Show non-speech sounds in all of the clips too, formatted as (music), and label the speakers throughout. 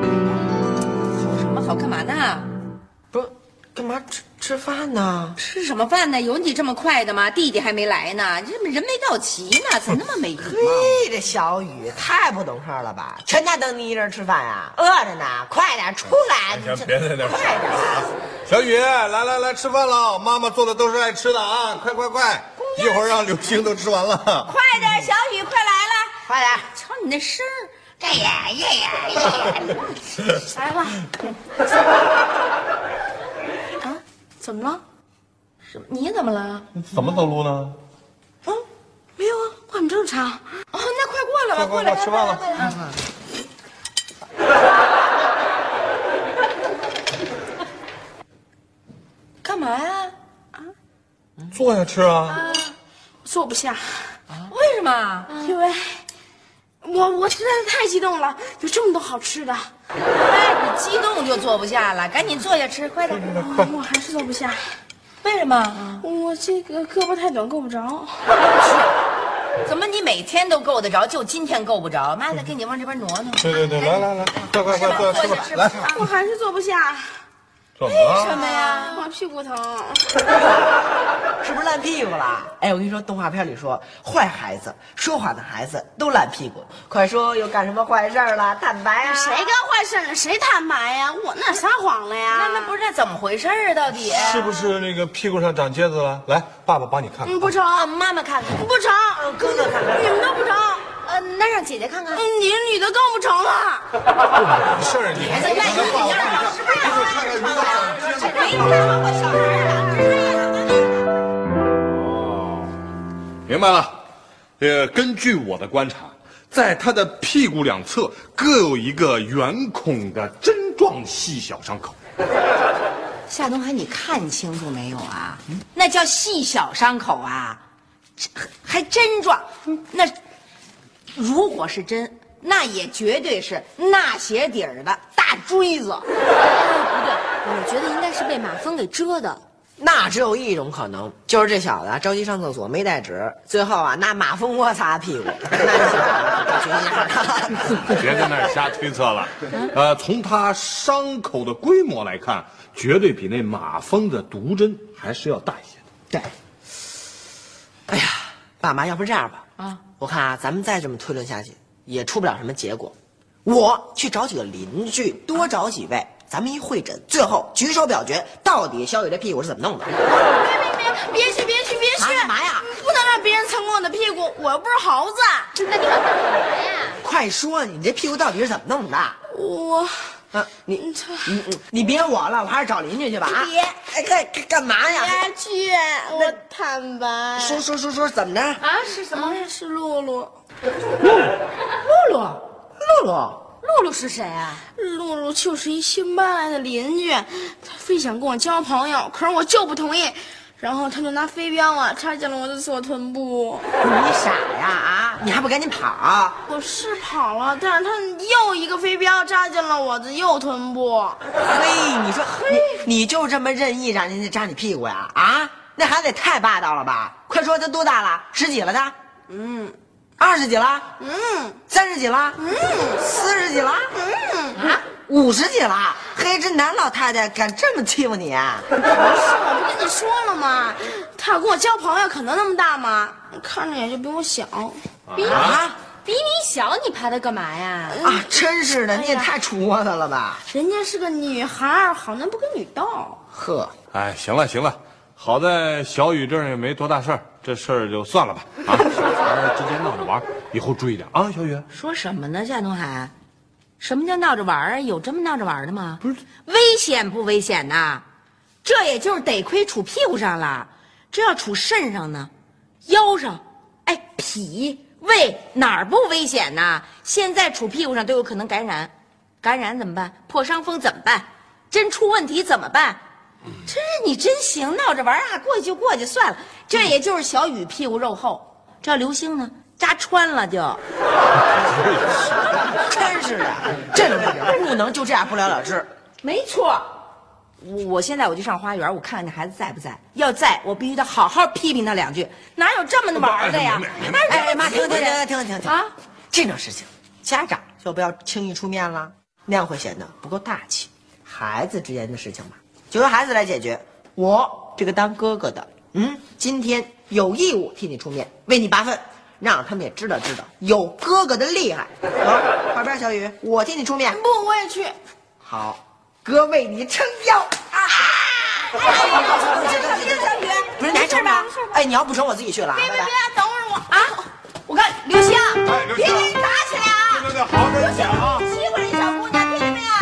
Speaker 1: 好什么好？干嘛呢？
Speaker 2: 不是，干嘛吃吃饭呢？
Speaker 1: 吃什么饭呢？有你这么快的吗？弟弟还没来呢，这人没到齐呢，怎么那么没礼貌？
Speaker 3: 嘿，这小雨太不懂事儿了吧？全家等你一人吃饭呀、饿着呢，快点出来！
Speaker 4: 哎
Speaker 3: 你
Speaker 5: 行
Speaker 3: 这，
Speaker 5: 别在那儿
Speaker 3: 快点啊！
Speaker 5: 小雨，来来来，吃饭了！妈妈做的都是爱吃的啊，快快快！一会儿让柳青都吃完了。
Speaker 1: 快点，小雨，快来了！
Speaker 3: 快点！
Speaker 1: 瞧你那声儿，
Speaker 3: 哎呀呀呀！
Speaker 1: (laughs) 来吧。啊，怎么了？哦什么？你怎么了？
Speaker 5: 怎么走路呢？
Speaker 6: 哦
Speaker 1: 没有啊，我很正常。哦，那快过来
Speaker 5: 快
Speaker 1: 吧，过
Speaker 5: 快
Speaker 1: 来
Speaker 5: 快，
Speaker 1: 吧，
Speaker 5: 吃饭
Speaker 1: 过来吧。
Speaker 5: 了！
Speaker 1: 干嘛呀？
Speaker 5: 坐下吃
Speaker 1: 嗯
Speaker 5: 啊！
Speaker 6: 坐不下，
Speaker 1: 为什么？
Speaker 6: 因为我我实在是太激动了，有这么多好吃的，
Speaker 1: 哎，你激动就坐不下了，赶紧坐下吃，快
Speaker 6: 嗯
Speaker 1: 点。
Speaker 6: 我还是坐不下。
Speaker 1: 为什么？
Speaker 6: 我这个胳膊太短，够不着。
Speaker 1: 怎么你每天都够得着，就今天够不着？妈的，给你往这边挪挪。
Speaker 5: 对对对，来来来，快快快，坐下吃饭！
Speaker 1: 坐下哎吃
Speaker 5: 来，
Speaker 1: 吧。
Speaker 6: 我还是坐不下，
Speaker 5: 怎么了？
Speaker 1: 什么呀？
Speaker 6: 我屁股疼。
Speaker 3: 是不是烂屁股了？哎，我跟你说，动画片里说坏孩子、说谎的孩子都烂屁股。快说又干什么坏事儿了？坦白啊！
Speaker 6: 谁干坏事了？谁坦白呀？我哪撒谎了呀？
Speaker 1: 那那不
Speaker 6: 是，
Speaker 1: 知道怎么回事儿，啊到底？
Speaker 5: 啊是不是那个屁股上长疖子了？来，爸爸帮你看看。
Speaker 6: 嗯，不成，
Speaker 1: 啊，妈妈看看。
Speaker 6: 不成，
Speaker 3: 哥哥看看
Speaker 6: 你们都不成，
Speaker 1: 呃，那让姐姐看看。
Speaker 6: 嗯，你女的更不成了。
Speaker 5: 没事儿，你
Speaker 1: 哎
Speaker 5: 还在看爸爸看看，一会儿看看如果长疖子。
Speaker 4: 明白了，呃，根据我的观察，在他的屁股两侧各有一个圆孔的针状细小伤口。
Speaker 1: 夏东海，你看清楚没有啊？那叫细小伤口啊，这还针状。那如果是针，那也绝对是纳鞋底儿的大锥子。
Speaker 7: 我觉得应该是被马蜂给蛰的。
Speaker 3: 那只有一种可能，就是这小子啊着急上厕所没带纸，最后啊拿马蜂窝擦屁股，那就行了，就这样了。
Speaker 4: (laughs) 别在那儿瞎推测了，呃，从他伤口的规模来看，绝对比那马蜂的毒针还是要大一些的。
Speaker 3: 对。哎呀，爸妈，要不这样吧？啊，我看啊，咱们再这么推论下去，也出不了什么结果。我去找几个邻居，多找几位，咱们一会诊，最后举手表决，到底小雨这屁股是怎么弄的？
Speaker 6: 别别别去别去别去！
Speaker 3: 干嘛呀？
Speaker 6: 不能让别人蹭过我的屁股，我又不是猴子。
Speaker 3: 快说，你这屁股到底是怎么弄的？
Speaker 6: 我
Speaker 3: 啊，你你你你别我了，我还是找邻居去吧啊！
Speaker 6: 别
Speaker 3: 哎，干干干嘛呀？
Speaker 6: 别去，我坦白。
Speaker 3: 说说说说怎么着？
Speaker 6: 啊，是什么？是露露，
Speaker 3: 露露，露露，
Speaker 1: 露露是谁啊？
Speaker 6: 露露就是一新搬来的邻居，她非想跟我交朋友，可是我就不同意。然后她就拿飞镖啊插进了我的左臀部，
Speaker 3: 你傻呀啊？你还不赶紧跑？啊
Speaker 6: 我是跑了，但是她又一个飞镖扎进了我的右臀部。
Speaker 3: 嘿，哎你说你你就这么任意让人家扎你屁股呀？啊，那孩子也太霸道了吧！快说他多大了？十几了他？嗯，二十几了？嗯，三十几了？嗯，四十几了？嗯啊，五十几了？嘿，这男老太太敢这么欺负你？啊
Speaker 6: 我不跟你说了吗？她要跟我交朋友，可能那么大吗？看着也就比我小。
Speaker 7: 比你、
Speaker 3: 啊
Speaker 7: 比你小，你怕他干嘛呀？
Speaker 3: 啊，真是的，你也太出窝的了吧？
Speaker 6: 人家是个女孩儿，好男不跟女斗。
Speaker 3: 呵，
Speaker 4: 哎，行了行了，好在小雨这儿也没多大事儿，这事儿就算了吧。啊，小孩儿之间闹着玩儿，以后注意点啊，小雨。
Speaker 6: 哎
Speaker 7: 说什么呢，夏东海？什么叫闹着玩儿啊？有这么闹着玩儿的吗？不是，危险不危险呐、这也就是得亏杵屁股上了，这要杵肾上呢，腰上，哎，脾胃哪儿不危险呐、现在杵屁股上都有可能感染，感染怎么办？破伤风怎么办？真出问题怎么办？真是你真行，闹着玩儿啊，过去就过去算了。这也就是小雨屁股肉厚，这要刘星呢，扎穿了就。
Speaker 3: 真是的，这种人能就这样不了了之。
Speaker 7: 没错，我我现在我就上花园，我看看那孩子在不在。要在，我必须得好好批评他两句。哪有这么玩的呀？
Speaker 3: 哎哎妈，停停
Speaker 7: 对
Speaker 3: 停停停停
Speaker 7: 啊！
Speaker 3: 这种事情，家长就不要轻易出面了，那样会显得不够大气。孩子之间的事情嘛，就由孩子来解决。我这个当哥哥的，嗯，今天有义务替你出面，为你拔粪，让他们也知道知道有哥哥的厉害。走，旁边小雨，我替你出面。
Speaker 6: 不，我也去。
Speaker 3: 好，哥为你撑腰。啊！哎 (laughs)
Speaker 7: 小雨，
Speaker 3: 不是，没事吧？哎，你要不成，我自己去了啊。
Speaker 6: 别
Speaker 3: 拜
Speaker 6: 别
Speaker 3: 拜
Speaker 6: 别，等会儿我啊！我看刘星，
Speaker 4: 哎刘
Speaker 6: 别
Speaker 4: 星
Speaker 6: 给你打起来啊！
Speaker 4: 对对对，好好跟你讲啊。
Speaker 6: 欺负人小姑娘，听见没有？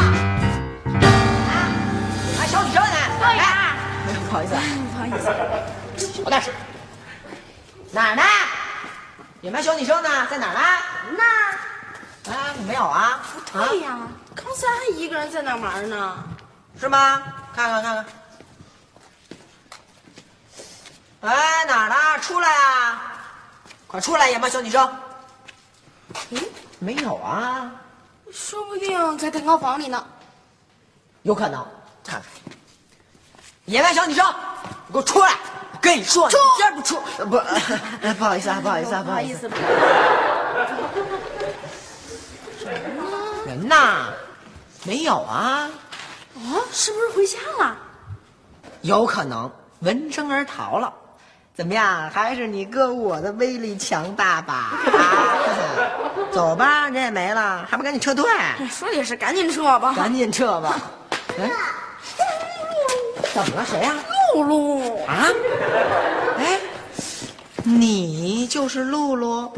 Speaker 3: 哎，小雨小雨呢？
Speaker 6: 哎
Speaker 3: 哎不好意思，啊，不好意思，我大声。哪儿呢？有没有小女生呢？在哪儿呢？那啊，没有啊？啊，
Speaker 6: 对哎呀，刚才还一个人在那玩呢。
Speaker 3: 是吗？看看看看。哎，哪儿呢？出来啊！快出来，有没有小女生？嗯，没有啊，
Speaker 6: 说不定在蛋糕房里呢。
Speaker 3: 有可能。看看，野外小女生，你给我出来！跟你说，出今儿不出，呃不，呃不好意思啊，不好意思啊，不好意思。
Speaker 6: 思，
Speaker 3: 人呐，没有啊，
Speaker 6: 啊，是不是回家了？
Speaker 3: 有可能闻声而逃了。怎么样？还是你哥我的威力强大吧？ (laughs) 啊，走吧，人也没了，还不赶紧撤退？
Speaker 6: 哎说的也是，赶紧撤吧。
Speaker 3: 赶紧撤吧。哎，怎么了？谁呀、
Speaker 6: 露露，
Speaker 3: 啊？哎，你就是露露，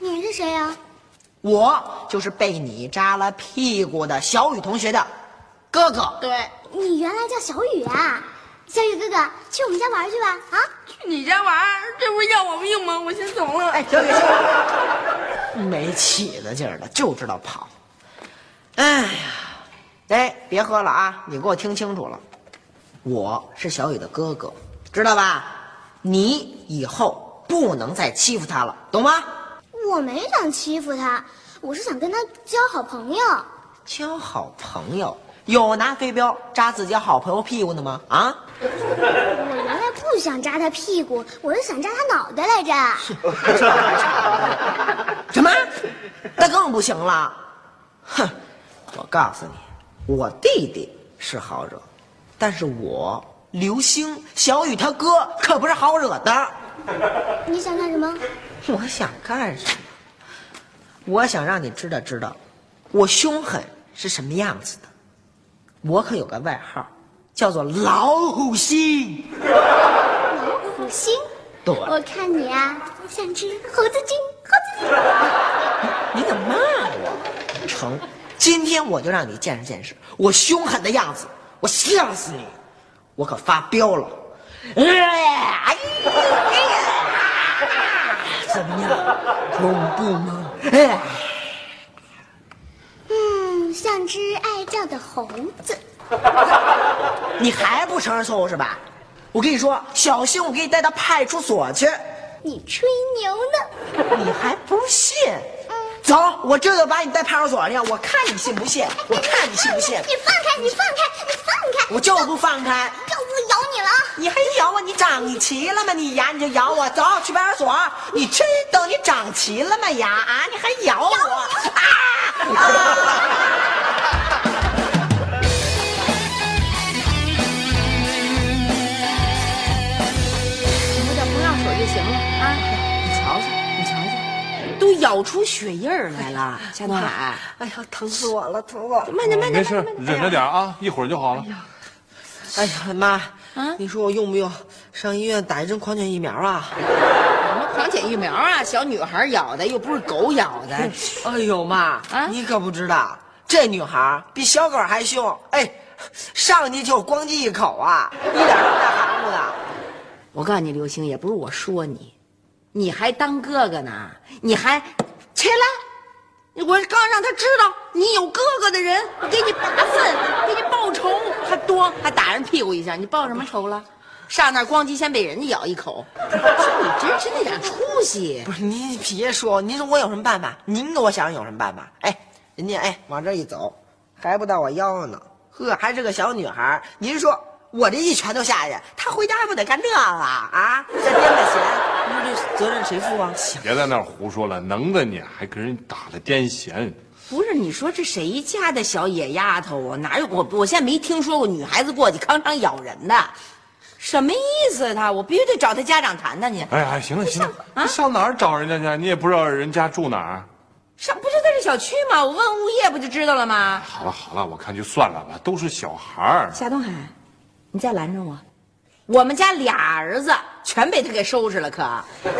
Speaker 8: 你是谁呀、啊
Speaker 3: 我就是被你扎了屁股的小雨同学的哥哥。
Speaker 6: 对，
Speaker 8: 你原来叫小雨啊！小雨哥哥，去我们家玩去吧！啊，
Speaker 6: 去你家玩儿，这不是要我命吗？我先走了。哎，
Speaker 3: 小雨，小雨，没起子劲儿了，就知道跑。哎呀，哎，别喝了啊！你给我听清楚了，我是小雨的哥哥，知道吧？你以后不能再欺负他了，懂吗？
Speaker 8: 我没想欺负他，我是想跟他交好朋友。
Speaker 3: 交好朋友，有拿飞镖扎自己好朋友屁股的吗？啊？
Speaker 8: 我原来不想扎他屁股，我是想扎他脑袋来着。
Speaker 3: 什么？那更不行了！哼，我告诉你，我弟弟是好惹，但是我刘星、小雨他哥可不是好惹的。
Speaker 8: 你想干什么？
Speaker 3: 我想干什么？我想让你知道知道，我凶狠是什么样子的。我可有个外号，叫做老虎星。
Speaker 8: 虎星。
Speaker 3: 对
Speaker 8: 我看你啊，像只猴子精，猴子精。
Speaker 3: 你怎么骂我？成，今天我就让你见识见识我凶狠的样子，我吓死你！我可发飙了！哎呀哎呀怎么样，恐怖吗？哎，
Speaker 8: 嗯，像只爱叫的猴子。
Speaker 3: 你还不承认错误是吧？我跟你说，小心我给你带到派出所去！
Speaker 8: 你吹牛呢？
Speaker 3: 你还不信？走，我这就把你带派出所去，我看你信不信？我看你信不信？
Speaker 8: 你放开，你放开，你放开！
Speaker 3: 我就不放开！
Speaker 8: 要不咬你了啊！
Speaker 3: 你还咬我？你长齐了吗？你牙你就咬我，走去派出所。你真逗，你长齐了吗牙啊？你还咬我啊！啊
Speaker 7: 抹点红药水就行了啊！你瞧瞧，你瞧瞧，都咬出血印儿来了，夏东海。
Speaker 3: 哎呀，疼死我了，疼我了！
Speaker 7: 慢点，慢点，
Speaker 4: 没事，忍着点啊，一会儿就好了。
Speaker 3: 哎呀妈，你说我用不用上医院打一针狂犬疫苗啊？
Speaker 7: 什么狂犬疫苗啊？小女孩咬的，又不是狗咬的。
Speaker 3: 哎呦妈，你可不知道，这女孩比小狗还凶，哎，上去就咣叽一口啊，一点儿都不带含糊的。
Speaker 7: 我告诉你，刘星，也不是我说你，你还当哥哥呢，你还起来！我刚让他知道你有哥哥的人，我给你拔粪，给你报仇，还多还打人屁股一下，你报什么仇了？上那儿咣叽先被人家咬一口，你真是那点出息
Speaker 3: 不。是您别说，您说我有什么办法？您给我想想有什么办法？哎，人家哎往这一走，还不到我腰呢。呵，还是个小女孩儿，您说我这一拳头下去，她回家还不得干这个啊？再掂把钱，您说这责任谁负啊？
Speaker 4: 别在那儿胡说了，能的你还跟人打了癫痫。
Speaker 7: 不是，你说这谁家的小野丫头啊？哪有我？我现在没听说过女孩子过去康常咬人的，什么意思啊？她我必须得找她家长谈谈去。
Speaker 4: 哎呀，行了行了，你上哪儿找人家去？你也不知道人家住哪儿。啊
Speaker 7: 上不就在这小区吗？我问物业不就知道了吗？
Speaker 4: 好了好了，我看就算了吧，都是小孩儿。
Speaker 7: 夏东海，你再拦着我，我们家俩儿子全被他给收拾了可，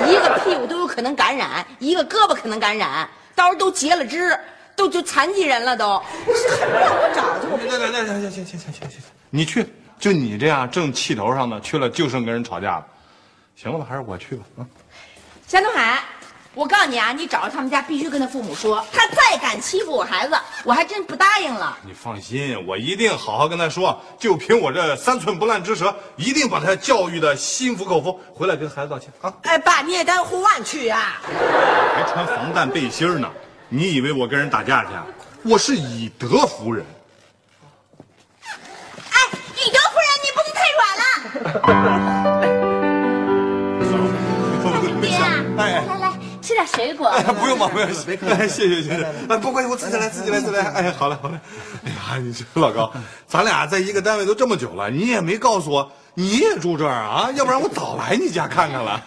Speaker 7: 一个屁股都有可能感染，一个胳膊可能感染，到时候都截了肢，都就残疾人了都。不是，还不让我找去？
Speaker 4: 行行行行行行行行行，你去，就你这样正气头上呢，去了就剩跟人吵架了。行了吧，还是我去吧啊。
Speaker 1: 夏东海，我告诉你啊，你找着他们家必须跟他父母说，他再敢欺负我孩子，我还真不答应了。
Speaker 4: 你放心，我一定好好跟他说，就凭我这三寸不烂之舌，一定把他教育的心服口服，回来跟孩子道歉啊！
Speaker 3: 哎，爸，你也带护腕去
Speaker 7: 啊
Speaker 3: 呀、
Speaker 4: 还穿防弹背心呢，你以为我跟人打架去啊？我是以德服人。
Speaker 1: 哎，以德服人，你不能太软了。
Speaker 8: 爹啊，
Speaker 4: 哎
Speaker 8: 来来来，吃点水果。
Speaker 5: 哎，不用忙，不用，哎，谢谢谢谢，哎，不关系，我自己来，自己来，自己来，哎，好嘞好嘞，哎呀，你说老高，
Speaker 4: 咱俩在一个单位都这么久了，你也没告诉我你也住这儿啊？要不然我早来你家看看了。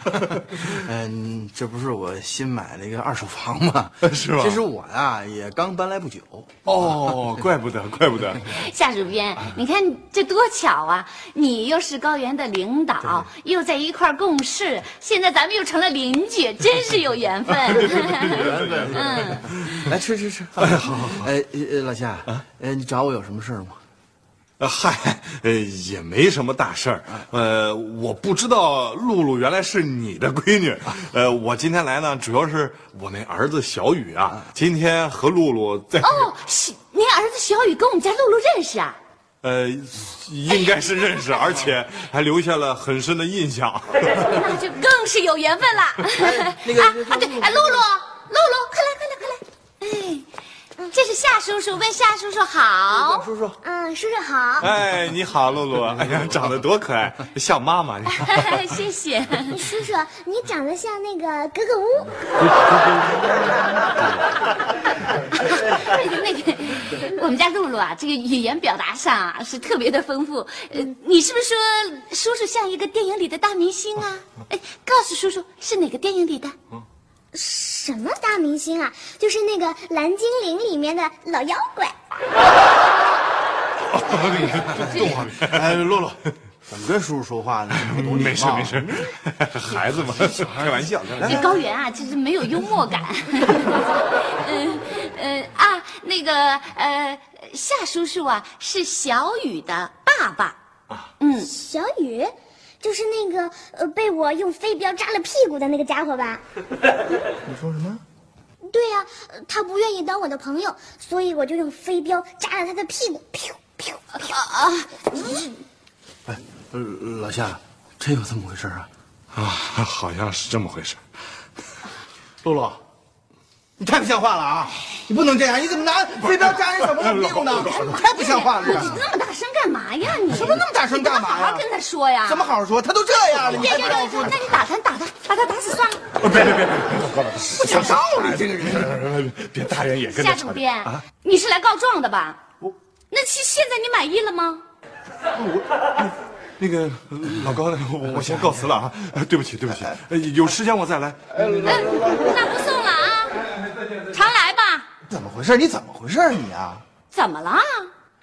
Speaker 9: 嗯，这不是我新买了一个二手房 (laughs) 吗？
Speaker 4: 是吗
Speaker 9: 其实我呀也刚搬来 (laughs) 不久。
Speaker 4: 哦，怪不得，怪不得。
Speaker 8: 夏主编，你看这多巧啊！你又是高原的领导，又在一块儿共事，现在咱们又成了邻居，真是有缘 (laughs) 分。
Speaker 9: 来吃吃吃，哎，好好好。哎，呃老夏，哎，你找我有什么事儿吗？
Speaker 4: 呃嗨，呃，也没什么大事儿。呃，我不知道露露原来是你的闺女。呃，我今天来呢，主要是我那儿子小雨啊，今天和露露在，
Speaker 8: 哦，是您儿子小雨跟我们家露露认识啊？
Speaker 4: 呃，应该是认识，而且还留下了很深的印象。
Speaker 8: 那就更是有缘分了。
Speaker 3: 那个
Speaker 8: 啊啊，对，哎，露露，露露，快来，快来，快来！哎，这是夏叔叔，问夏叔叔好。
Speaker 9: 叔叔，
Speaker 8: 嗯，叔叔好，
Speaker 4: 哎，你好，露 (laughs) 露。哎呀，长得多可爱，像妈妈。你看，
Speaker 8: 谢谢。叔叔，你长得像那个格格巫。
Speaker 10: 那个那个， (laughs) 我们家露露啊，这个语言表达上啊是特别的丰富。呃，你是不是说叔叔像一个电影里的大明星啊？
Speaker 9: 嗯
Speaker 10: 哎，告诉叔叔是哪个电影里的？
Speaker 8: 什么大明星啊？就是那个《蓝精灵》里面的老妖怪。
Speaker 4: 动画片。
Speaker 9: 哎，露露，怎么跟叔叔说话 (laughs) 呢？这么不懂礼貌啊
Speaker 4: 没事没。事，孩子嘛，啊开玩笑。
Speaker 10: 这高原啊，就是没有幽默感。 (laughs) 嗯呃啊，那个呃，夏叔叔啊是小雨的爸爸。
Speaker 9: 嗯
Speaker 8: 小雨，就是那个呃被我用飞镖扎了屁股的那个家伙吧？
Speaker 9: (laughs) 你说什么？
Speaker 8: 对呀、呃他不愿意当我的朋友，所以我就用飞镖扎了他的屁股，噗噗
Speaker 9: 啊
Speaker 8: 噗！
Speaker 9: 哎，呃老夏，真有这么回事啊？
Speaker 4: 啊，好像是这么回事。
Speaker 9: 露露，你太不像话了啊！你不能这样，你怎么拿飞镖扎人小朋友屁股呢？太不像话了，这
Speaker 10: 你那么大声干嘛呀？你
Speaker 9: 什么那么大声干嘛
Speaker 10: 好
Speaker 9: 呀
Speaker 10: 好跟他说呀。
Speaker 9: 怎么好好说？他都这样了，你
Speaker 10: 别
Speaker 9: 还
Speaker 10: 别
Speaker 9: 不
Speaker 10: 别
Speaker 9: 好说？！
Speaker 10: 那你打他，打他，把他打死算了。
Speaker 9: 不讲道理，这个人。
Speaker 4: 哎别大人也跟着
Speaker 10: 夏主
Speaker 4: 吵架。
Speaker 10: 编，
Speaker 9: 啊
Speaker 10: 你是来告状的吧？那现现在你满意了吗？
Speaker 4: 那个老高，我我先告辞了啊！呃对不起，对不起，呃有时间我再来。
Speaker 10: 那不送了啊，常来吧。
Speaker 9: 怎么回事？你怎么回事？你啊，
Speaker 10: 怎么了？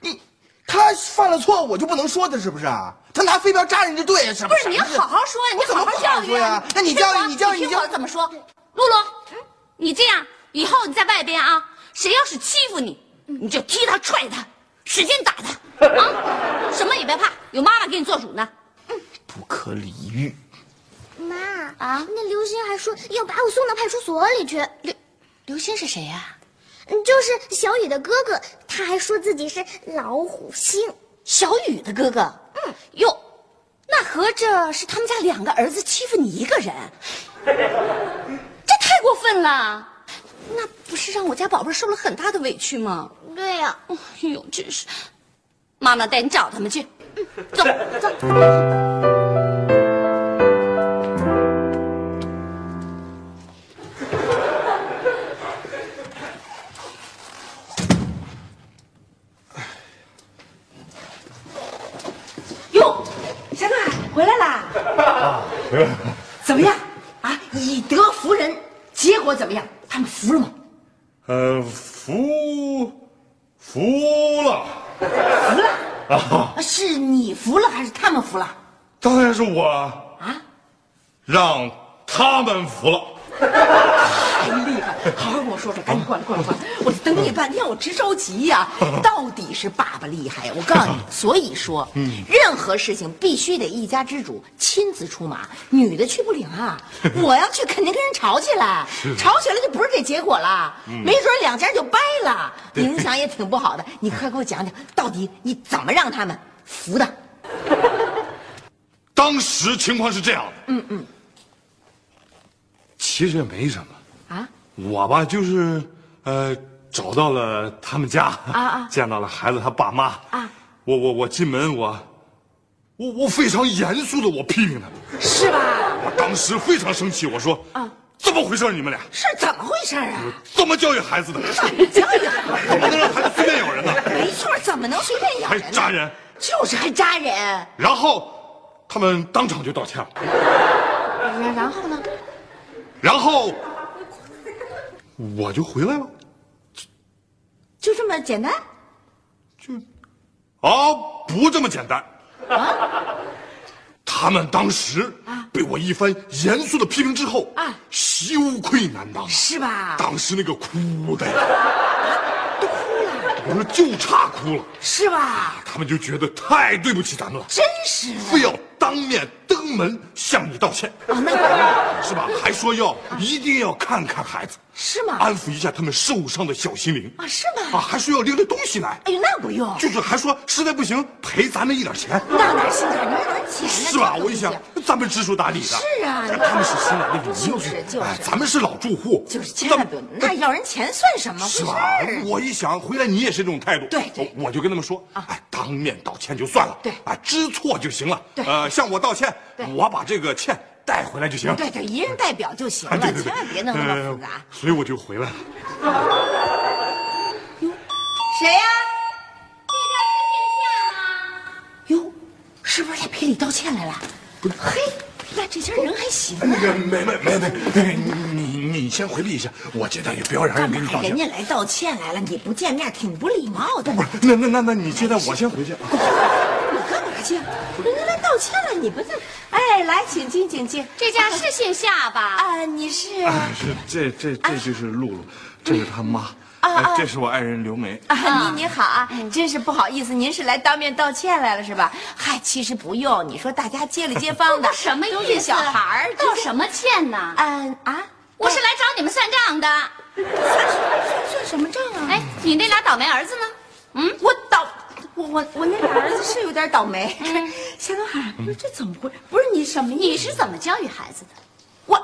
Speaker 9: 你他犯了错，我就不能说他是不是啊？他拿飞镖扎人就对，是
Speaker 10: 不是你要好好说呀，你
Speaker 9: 我怎么
Speaker 10: 好教育
Speaker 9: 说呀
Speaker 10: 呀。
Speaker 9: 那你
Speaker 10: 听
Speaker 9: 教育
Speaker 10: 我
Speaker 9: 你教育
Speaker 10: 你
Speaker 9: 你
Speaker 10: 听
Speaker 9: 教育
Speaker 10: 我怎么说？露露，你这样以后你在外边啊，谁要是欺负你，你就踢他、踹他，使劲打 (laughs) 他啊，什么也别怕，有妈妈给你做主呢。
Speaker 9: 不可理喻。
Speaker 8: 妈啊，那刘星还说要把我送到派出所里去，
Speaker 10: 刘刘星是谁呀、
Speaker 8: 嗯就是小雨的哥哥，他还说自己是老虎星。
Speaker 10: 小雨的哥哥。嗯，哟，那合着是他们家 (laughs) 两个儿子欺负你一个人，这太过分了。那不是让我家宝贝儿受了很大的委屈吗？
Speaker 8: 对呀、
Speaker 10: 哎呦，真是！妈妈带你找他们去，走走。
Speaker 7: 哟，香啊，回来啦！怎么样啊？以德服人，结果怎么样？他们服了吗？
Speaker 4: 呃，服服了，
Speaker 7: 服了。
Speaker 4: 啊，
Speaker 7: 是你服了还是他们服了？
Speaker 4: 当然是我啊，让他们服了。
Speaker 7: 太厉害！好好跟我说说，赶紧过来，过来，过来！我等你半天，我直着急呀、
Speaker 1: 到底是爸爸厉害呀！我告诉你，所以说，任何事情必须得一家之主亲自出马，女的去不了啊。我要去，肯定跟人吵起来，吵起来就不是这结果了，
Speaker 7: 嗯
Speaker 1: 没准两家就掰了，
Speaker 7: 对
Speaker 1: 影响也挺不好的。你快给我讲讲，到底你怎么让他们服的？
Speaker 4: 当时情况是这样的，嗯嗯，其实也没什么
Speaker 10: 啊，
Speaker 4: 我吧就是呃找到了他们家
Speaker 10: 啊
Speaker 4: (laughs)
Speaker 10: 啊
Speaker 4: 见到了孩子他爸妈
Speaker 10: 啊，
Speaker 4: 我我我进门我我我非常严肃的我批评他们，
Speaker 1: 是吧？
Speaker 4: 我当时非常生气，我说啊，怎么回事你们俩？
Speaker 1: 是怎么回事啊？
Speaker 4: 怎么教育孩子的？
Speaker 1: 教育孩子
Speaker 4: 怎么能让孩子随便咬人呢？
Speaker 1: 没错，怎么能随便咬
Speaker 4: 还
Speaker 1: 人呢？
Speaker 4: 扎人？
Speaker 1: 就是还扎人。
Speaker 4: 然后他们当场就道歉了，
Speaker 1: 然然后呢？
Speaker 4: 然后我就回来了。
Speaker 1: 就这么简单？
Speaker 4: 啊，不这么简单。
Speaker 1: 啊
Speaker 4: 他们当时被我一番严肃的批评之后，啊，羞愧难当，啊
Speaker 1: 是吧？啊
Speaker 4: 当时那个哭的，都哭了，我说就差哭了，
Speaker 1: 是吧？
Speaker 4: 他们就觉得太对不起咱们了，
Speaker 1: 真是的
Speaker 4: 非要当面登门向你道歉，
Speaker 1: 啊那当然
Speaker 4: 是吧？还说要一定要看看孩子，
Speaker 1: 是吗？
Speaker 4: 安抚一下他们受伤的小心灵
Speaker 1: 啊，是
Speaker 4: 啊，
Speaker 1: 吗？
Speaker 4: 还说要拎着东西来，
Speaker 1: 哎呦，那不用，
Speaker 4: 就是还说实在不行赔咱们一点钱，
Speaker 1: 那哪行啊？哪能钱呢？
Speaker 4: 是吧？我一想，咱们知书达理的，
Speaker 1: 啊是啊
Speaker 4: 哎他们是新来的游民，
Speaker 1: 就是就是
Speaker 4: 哎咱们是老住户，
Speaker 1: 就是千万不用，那要人钱算什么回
Speaker 4: 是
Speaker 1: 事
Speaker 4: 吧
Speaker 1: 儿？？
Speaker 4: 我一想回来你也是这种态度，对对，我就跟他们说，
Speaker 1: 啊
Speaker 4: 哎，当面道歉就算了，对，啊，知错就行了，对，呃，向我道歉，我把这个歉带回来就行，
Speaker 1: 对对，一人代表就行
Speaker 4: 哎
Speaker 1: 了，
Speaker 4: (laughs) 对对对
Speaker 1: 千万别弄那么
Speaker 4: 呃
Speaker 1: 复杂。
Speaker 4: 所以我就回来了，
Speaker 1: 谁呀、
Speaker 7: 哟，是不是来赔礼道歉来了？嘿，
Speaker 1: 那这家人还行啊。
Speaker 4: 哎那个没没没没，你你你先回避一下，我这待也不要让人给你道
Speaker 1: 人
Speaker 4: 歉
Speaker 1: 家。来道歉来了，你不见面挺不礼貌的。
Speaker 4: 不是，那那那那你接待我先回去啊。
Speaker 1: 你干嘛去？人家来道歉了，你不在。哎，来，请进，请进。
Speaker 10: 这家是线下吧？
Speaker 1: 啊，你是 (laughs) 啊，
Speaker 4: 哎，是这这这就是露露，这是她妈，
Speaker 1: 啊啊
Speaker 4: 哎，这是我爱人刘梅。
Speaker 1: 您您好啊，真是不好意思，您是来当面道歉来了是吧？嗨，其实不用，你说大家街里街坊的，
Speaker 10: (laughs) 什么
Speaker 1: 都
Speaker 10: 意
Speaker 1: 是
Speaker 10: 思？
Speaker 1: 小孩儿，
Speaker 10: 道什么歉呢？
Speaker 1: 嗯啊，
Speaker 10: 我是来找你们算账的。
Speaker 1: 算什么账啊？
Speaker 10: 哎，你那俩倒霉儿子呢？嗯，
Speaker 1: 我倒，我我我那俩儿子是有点倒霉。
Speaker 10: 嗯
Speaker 1: (laughs) 夏东海，不是这怎么回？不是你什么意
Speaker 10: 你是怎么教育孩子的？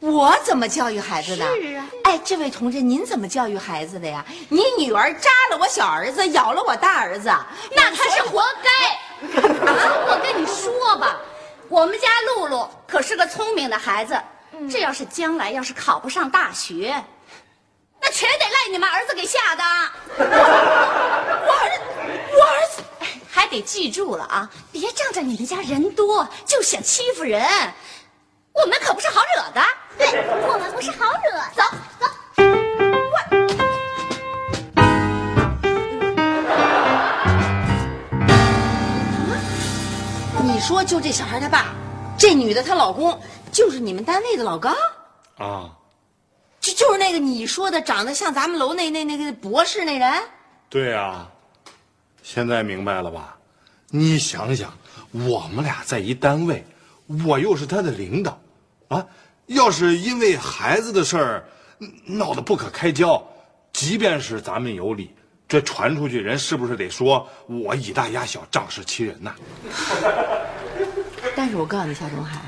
Speaker 1: 我怎么教育孩子的？
Speaker 10: 是啊。
Speaker 1: 哎，这位同志，您怎么教育孩子的呀？你女儿扎了我小儿子，咬了我大儿子，
Speaker 10: 那他是活该。啊我跟你说吧，我们家露露可是个聪明的孩子，这要是将来要是考不上大学，那全得赖你们儿子给吓的。我儿子，我儿子，哎还得记住了啊！别仗着你们家人多就想欺负人，我们可不是好惹的。对，我们不是好惹。走走。
Speaker 1: 你说就这小孩他爸，这女的她老公，就是你们单位的老高，
Speaker 4: 啊，
Speaker 1: 就就是那个你说的长得像咱们楼那那那个博士那人。
Speaker 4: 对啊，现在明白了吧？你想想，我们俩在一单位，我又是他的领导，啊，要是因为孩子的事儿嗯闹得不可开交，即便是咱们有理，这传出去人是不是得说我以大压小，仗势欺人呐、
Speaker 1: 但是我告诉你，夏东海，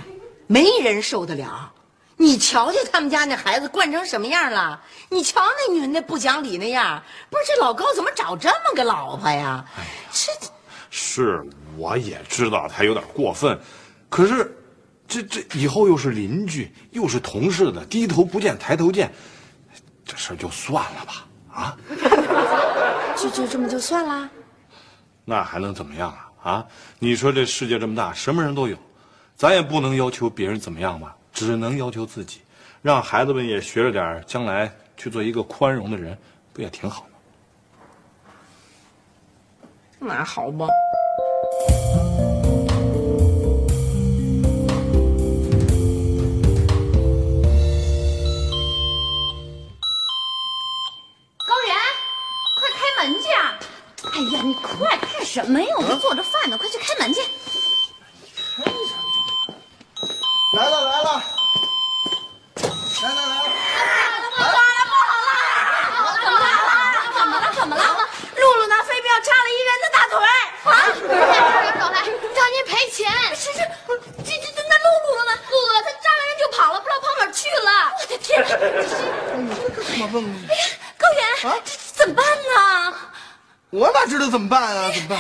Speaker 1: 没人受得了。你瞧瞧他们家那孩子惯成什么样了？你瞧那女那不讲理那样，不是这老高怎么找这么个老婆呀？这
Speaker 4: 是，我也知道他有点过分，可是，这这以后又是邻居，又是同事的，低头不见抬头见，这事儿就算了吧。啊
Speaker 1: 就就这么就算啦？
Speaker 4: 那还能怎么样啊？啊，你说这世界这么大，什么人都有，咱也不能要求别人怎么样吧，只能要求自己，让孩子们也学着点儿，将来去做一个宽容的人，不也挺好吗？
Speaker 1: 那好吧。
Speaker 10: 高原，快开门去啊！哎呀，你快干什么呀？我们做着饭呢，快去开门去。
Speaker 9: 来了来了，来来来了，
Speaker 10: 怎么了？怎么了？露露拿飞镖扎了一人的大腿。啊！找人找来，找您赔钱。是是，这这这，那露露了呢？露露她扎完人就跑了，不知道跑哪儿去了。我的天哪！这是
Speaker 9: 怎么啊问？
Speaker 10: 高原，这这怎么办呢？
Speaker 9: 我哪知道怎么办啊？怎么办？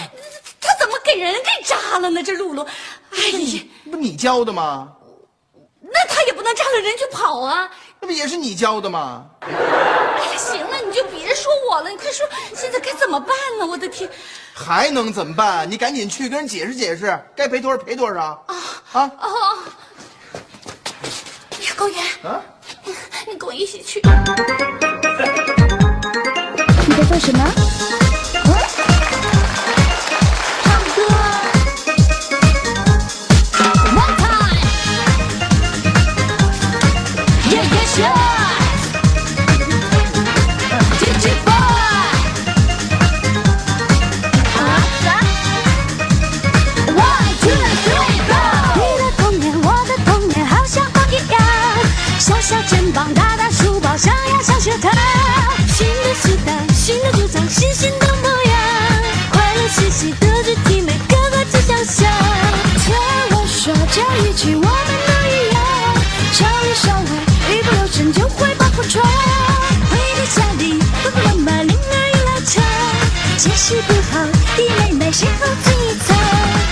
Speaker 10: 她怎么给人给扎了呢？这露露，哎呀，
Speaker 9: 不你教的吗？
Speaker 10: 那她也不能扎了人就跑啊！
Speaker 9: 那不也是你教的吗？
Speaker 10: 哎呀，行了，你就别说我了，你快说，现在该怎么办呢？我的天！
Speaker 9: 还能怎么办？你赶紧去跟人解释解释，该赔多少赔多少。啊
Speaker 10: 哦，哎呀，高原，
Speaker 9: 啊！
Speaker 10: 你跟我一起去。
Speaker 8: 你在做什么？
Speaker 10: 唱歌。One time。Yeah yeah sure。DJ boy。啊啥？One two three go。
Speaker 8: 你的童年，我的童年，好像风一样，小小肩膀，大大书包，上呀上学堂。新的时代，新的主张，新新的模样，快乐学习，德智体美，个个志向想。听我说这一句，我们都一样，少里少外，一不留神就会把破窗。回到家里，爸爸妈妈铃儿一拉长，解释不好，弟妹妹谁好最惨？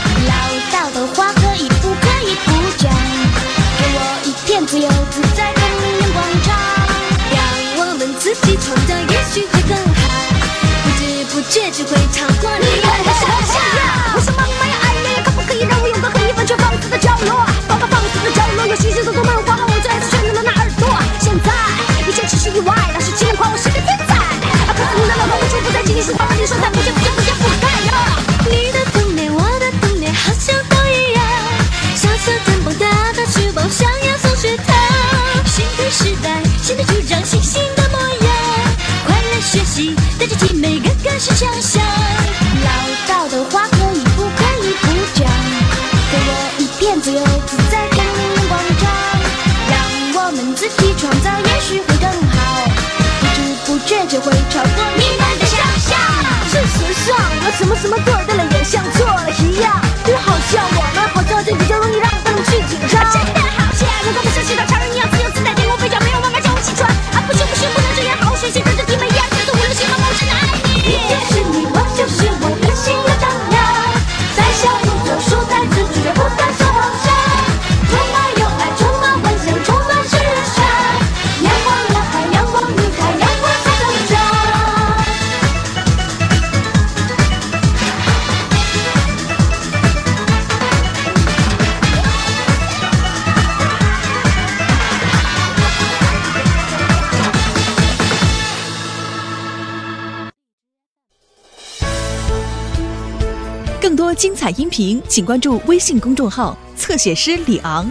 Speaker 8: 老道的话可以不可以不讲？给我一片自由自在的阳光照，让我们自己创造，也许会更好。不知不觉就会超过你。我是我呀，我是妈妈呀，哎呀呀，可不可以让我有个可以完全放肆的角落？包括放肆的角落，有许许多多漫画和我最爱的旋律的那耳朵。现在一切只是意外，老师竟然夸我是个天才。啊，可是你的老婆会出不在，仅仅是花瓣里说散，不见不见不见不该呀。你的童年，我的童年，好像都一样，小小肩膀，大大书包，上呀上学堂。新的时代，新的主张，新新的模样，快乐学习，带着体美，个个是强项。老道的话可以不可以不讲？给我一片自由自在的阳光照，让我们自己创造，也许会更好。不知不觉就会超过你们的想象。
Speaker 11: 事实
Speaker 8: 啊
Speaker 11: 上，我什么什么做的了，也像做了一样。就好像我们好像就比较容易让他们去紧张。
Speaker 10: 真的好险！如果不是学到超人一样自由自在，天空飞翔，没有妈妈叫我起床。啊，不行不行，不能这样，好好学习，跟着弟妹一样，学得五六行，妈妈我真的爱你。
Speaker 11: 你就是你，我就是我，任性又张扬，在小宇宙输在自己，也不在奢望上。充满友爱，充满幻想，充满时尚。阳光男孩，阳光女孩，阳光才成长。
Speaker 12: 更多精彩音频，请关注微信公众号“侧写师李昂”。